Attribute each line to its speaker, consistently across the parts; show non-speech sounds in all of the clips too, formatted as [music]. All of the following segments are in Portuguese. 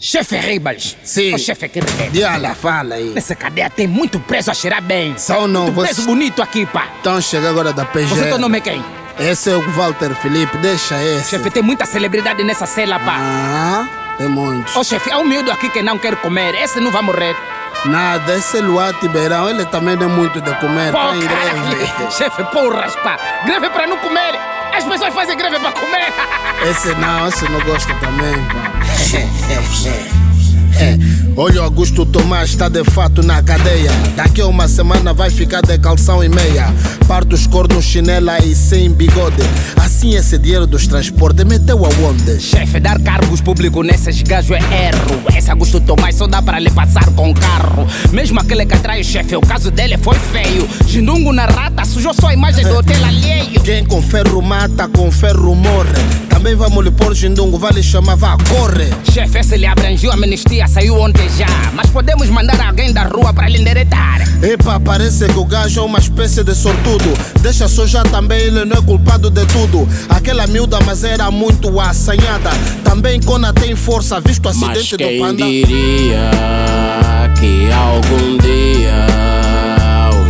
Speaker 1: Chefe Ribas!
Speaker 2: Sim.
Speaker 1: Ô, chefe Ribas!
Speaker 2: Diga lá, fala aí.
Speaker 1: Nessa cadeia tem muito preso a cheirar bem!
Speaker 2: Só um não,
Speaker 1: muito
Speaker 2: você-
Speaker 1: preso bonito aqui, pá!
Speaker 2: Então chega agora da PG.
Speaker 1: Você teu nome é quem?
Speaker 2: Esse é o Walter Felipe, deixa esse.
Speaker 1: Chefe, tem muita celebridade nessa cela, pá!
Speaker 2: Ah, tem muitos.
Speaker 1: Ô chefe, há um miúdo aqui que não quer comer, esse não vai morrer!
Speaker 2: Nada, esse Luá Tiberão, ele também não é muito de comer,
Speaker 1: Pô,
Speaker 2: tá em
Speaker 1: caralho!
Speaker 2: greve.
Speaker 1: [laughs] Chefe, porras, pá! Greve para não comer! As pessoas fazem greve para comer! [laughs]
Speaker 2: Esse não, esse não gosta também, pá. É. Olha, o Augusto Tomás está de fato na cadeia. Daqui a uma semana vai ficar de calção e meia. Parto os cornos, chinela e sem bigode. Assim esse dinheiro dos transportes meteu aonde?
Speaker 1: Chefe, dar cargos públicos nesses gajos é erro. Esse Augusto Tomás só dá para lhe passar com carro. Mesmo aquele que atrai o chefe, o caso dele foi feio. Gindungo na rata sujou só a imagem do hotel alheio.
Speaker 2: Quem com ferro mata, com ferro morre. Também vamos lhe pôr gindungo, vai lhe chamar, vá, corre.
Speaker 1: Chefe, se lhe abrangiu a amnistia, saiu ontem já. Mas podemos mandar alguém da rua para lhe endereitar.
Speaker 2: Epa, parece que o gajo é uma espécie de sortudo. Deixa só já também, ele não é culpado de tudo. Aquela miúda, mas era muito assanhada. Também Kona tem força, visto o
Speaker 3: Mas
Speaker 2: acidente do
Speaker 3: quem
Speaker 2: panda.
Speaker 3: diria que algum dia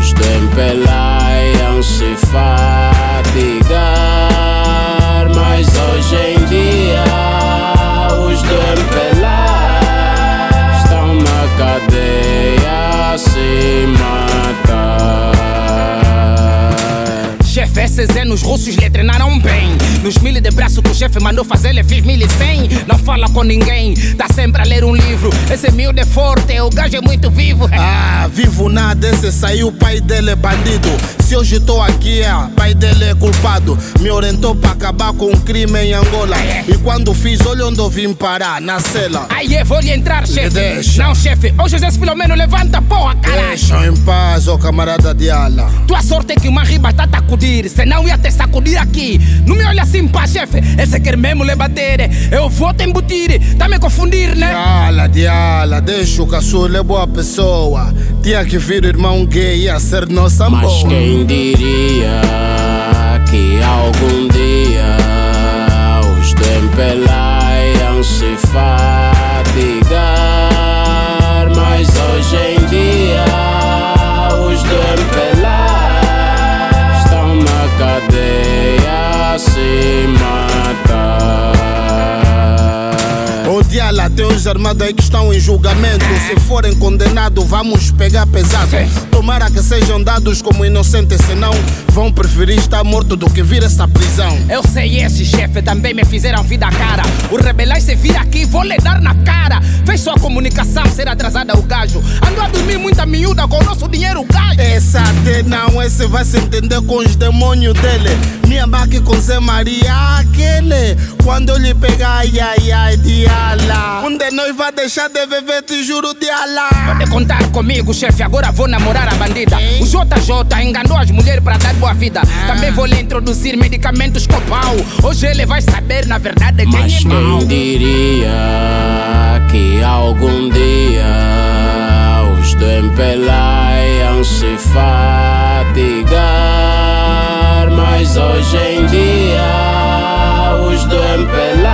Speaker 3: os tempelaiam se fatigar? Mas hoje em dia os tempelaiam estão na cadeia a se matar.
Speaker 1: Chefe, esses anos russos lhe treinaram bem. Nos mil de braço que o chefe mandou fazer, ele fez mil e cem. Não fala com ninguém, tá sempre a ler um livro. Esse miúdo é forte, o gajo é muito vivo.
Speaker 2: Ah, vivo nada, esse saiu, pai dele é bandido. Se hoje tô aqui, é, pai dele é culpado. Me orientou pra acabar com o crime em Angola. E quando fiz, olha onde eu vim parar, na cela.
Speaker 1: Aí eu vou lhe entrar, chefe.
Speaker 2: deixa.
Speaker 1: Não, chefe. Ô, José Filomeno, levanta, porra, caralho.
Speaker 2: Deixa em paz, ô camarada de ala.
Speaker 1: Tua sorte é que uma riba tá a sacudir, senão ia te sacudir aqui. Não me olha assim, pá, chefe. Esse quer mesmo lhe bater. Eu vou te embutir, tá me confundir, né?
Speaker 2: Diala, diala, deixa o caçula, é boa pessoa. Tinha que vir o irmão gay ia ser nossa
Speaker 3: Mas
Speaker 2: boa.
Speaker 3: quem diria que algum dia os tempelaiam se fatigar? Mas hoje em dia os tempelaiam estão na cadeia a se matar.
Speaker 2: Ô diala, tem os armados aí que estão em julgamento. Se forem condenados, vamos pegar pesado.
Speaker 1: Sim.
Speaker 2: Tomara que sejam dados como inocentes, senão vão preferir estar morto do que vir essa prisão.
Speaker 1: Eu sei esse chefe, também me fizeram vida cara. O rebelar se vir aqui, vou lhe dar na cara. Fez sua comunicação ser atrasada, o gajo. Andou a dormir muita miúda com o nosso dinheiro, gajo.
Speaker 2: Essa até não, esse vai se entender com os demônios dele. Minha marca com Zé Maria, aquele. Quando eu lhe pegar, ai, ai, ai, diala. Um de nós vai deixar de viver, te juro, diala.
Speaker 1: Pode É contar comigo, chefe. Agora vou namorar a bandida.
Speaker 2: É.
Speaker 1: O JJ enganou as mulheres pra dar boa vida.
Speaker 2: Ah.
Speaker 1: Também vou lhe introduzir medicamentos com pau. Hoje ele vai saber, na verdade, quem
Speaker 3: Mas
Speaker 1: é mau.
Speaker 3: quem diria que algum dia os tempelaiam se fatigar? Mas hoje em dia os tempelaiam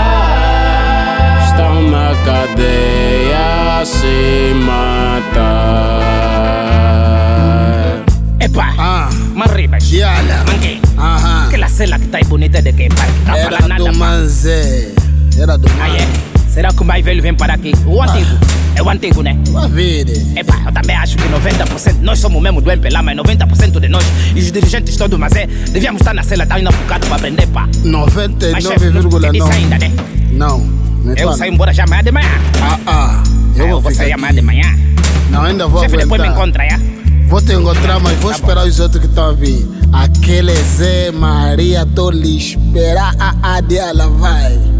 Speaker 3: estão na cadeia a se matar.
Speaker 1: Epa,
Speaker 2: Ah,
Speaker 1: mas ribas.
Speaker 2: diala.
Speaker 1: Manguei.
Speaker 2: Aham.
Speaker 1: Aquela cela que tá aí bonita de quem? Pai, não
Speaker 2: Era
Speaker 1: fala nada.
Speaker 2: do
Speaker 1: pá.
Speaker 2: Manzé. Era do
Speaker 1: Ah,
Speaker 2: Manzé.
Speaker 1: é. Será que o mais velho vem para aqui? O
Speaker 2: Ah.
Speaker 1: antigo. É o antigo, né?
Speaker 2: Vai vir.
Speaker 1: Epa, eu também acho que 90% nós somos mesmo do MPLA, mas 90% de nós e os dirigentes todos, mas é, devíamos estar na cela, tá indo bocado pra aprender, pá. Mas chefe, não eh, te disse ainda,
Speaker 2: 99,9.
Speaker 1: né?
Speaker 2: Não, me
Speaker 1: Eu
Speaker 2: fala.
Speaker 1: saio embora já amanhã de manhã.
Speaker 2: Ah, ah.
Speaker 1: Eu,
Speaker 2: Eu
Speaker 1: vou,
Speaker 2: vou
Speaker 1: sair
Speaker 2: ficar
Speaker 1: amanhã de
Speaker 2: aqui.
Speaker 1: manhã.
Speaker 2: Não, ainda vou
Speaker 1: Chefe, depois me
Speaker 2: aguentar.
Speaker 1: encontra, é? já.
Speaker 2: Vou te encontrar, mas vou esperar os outros que estão a Ah, vir. Aquele Zé Maria, tô lhe esperar a adiala, vai.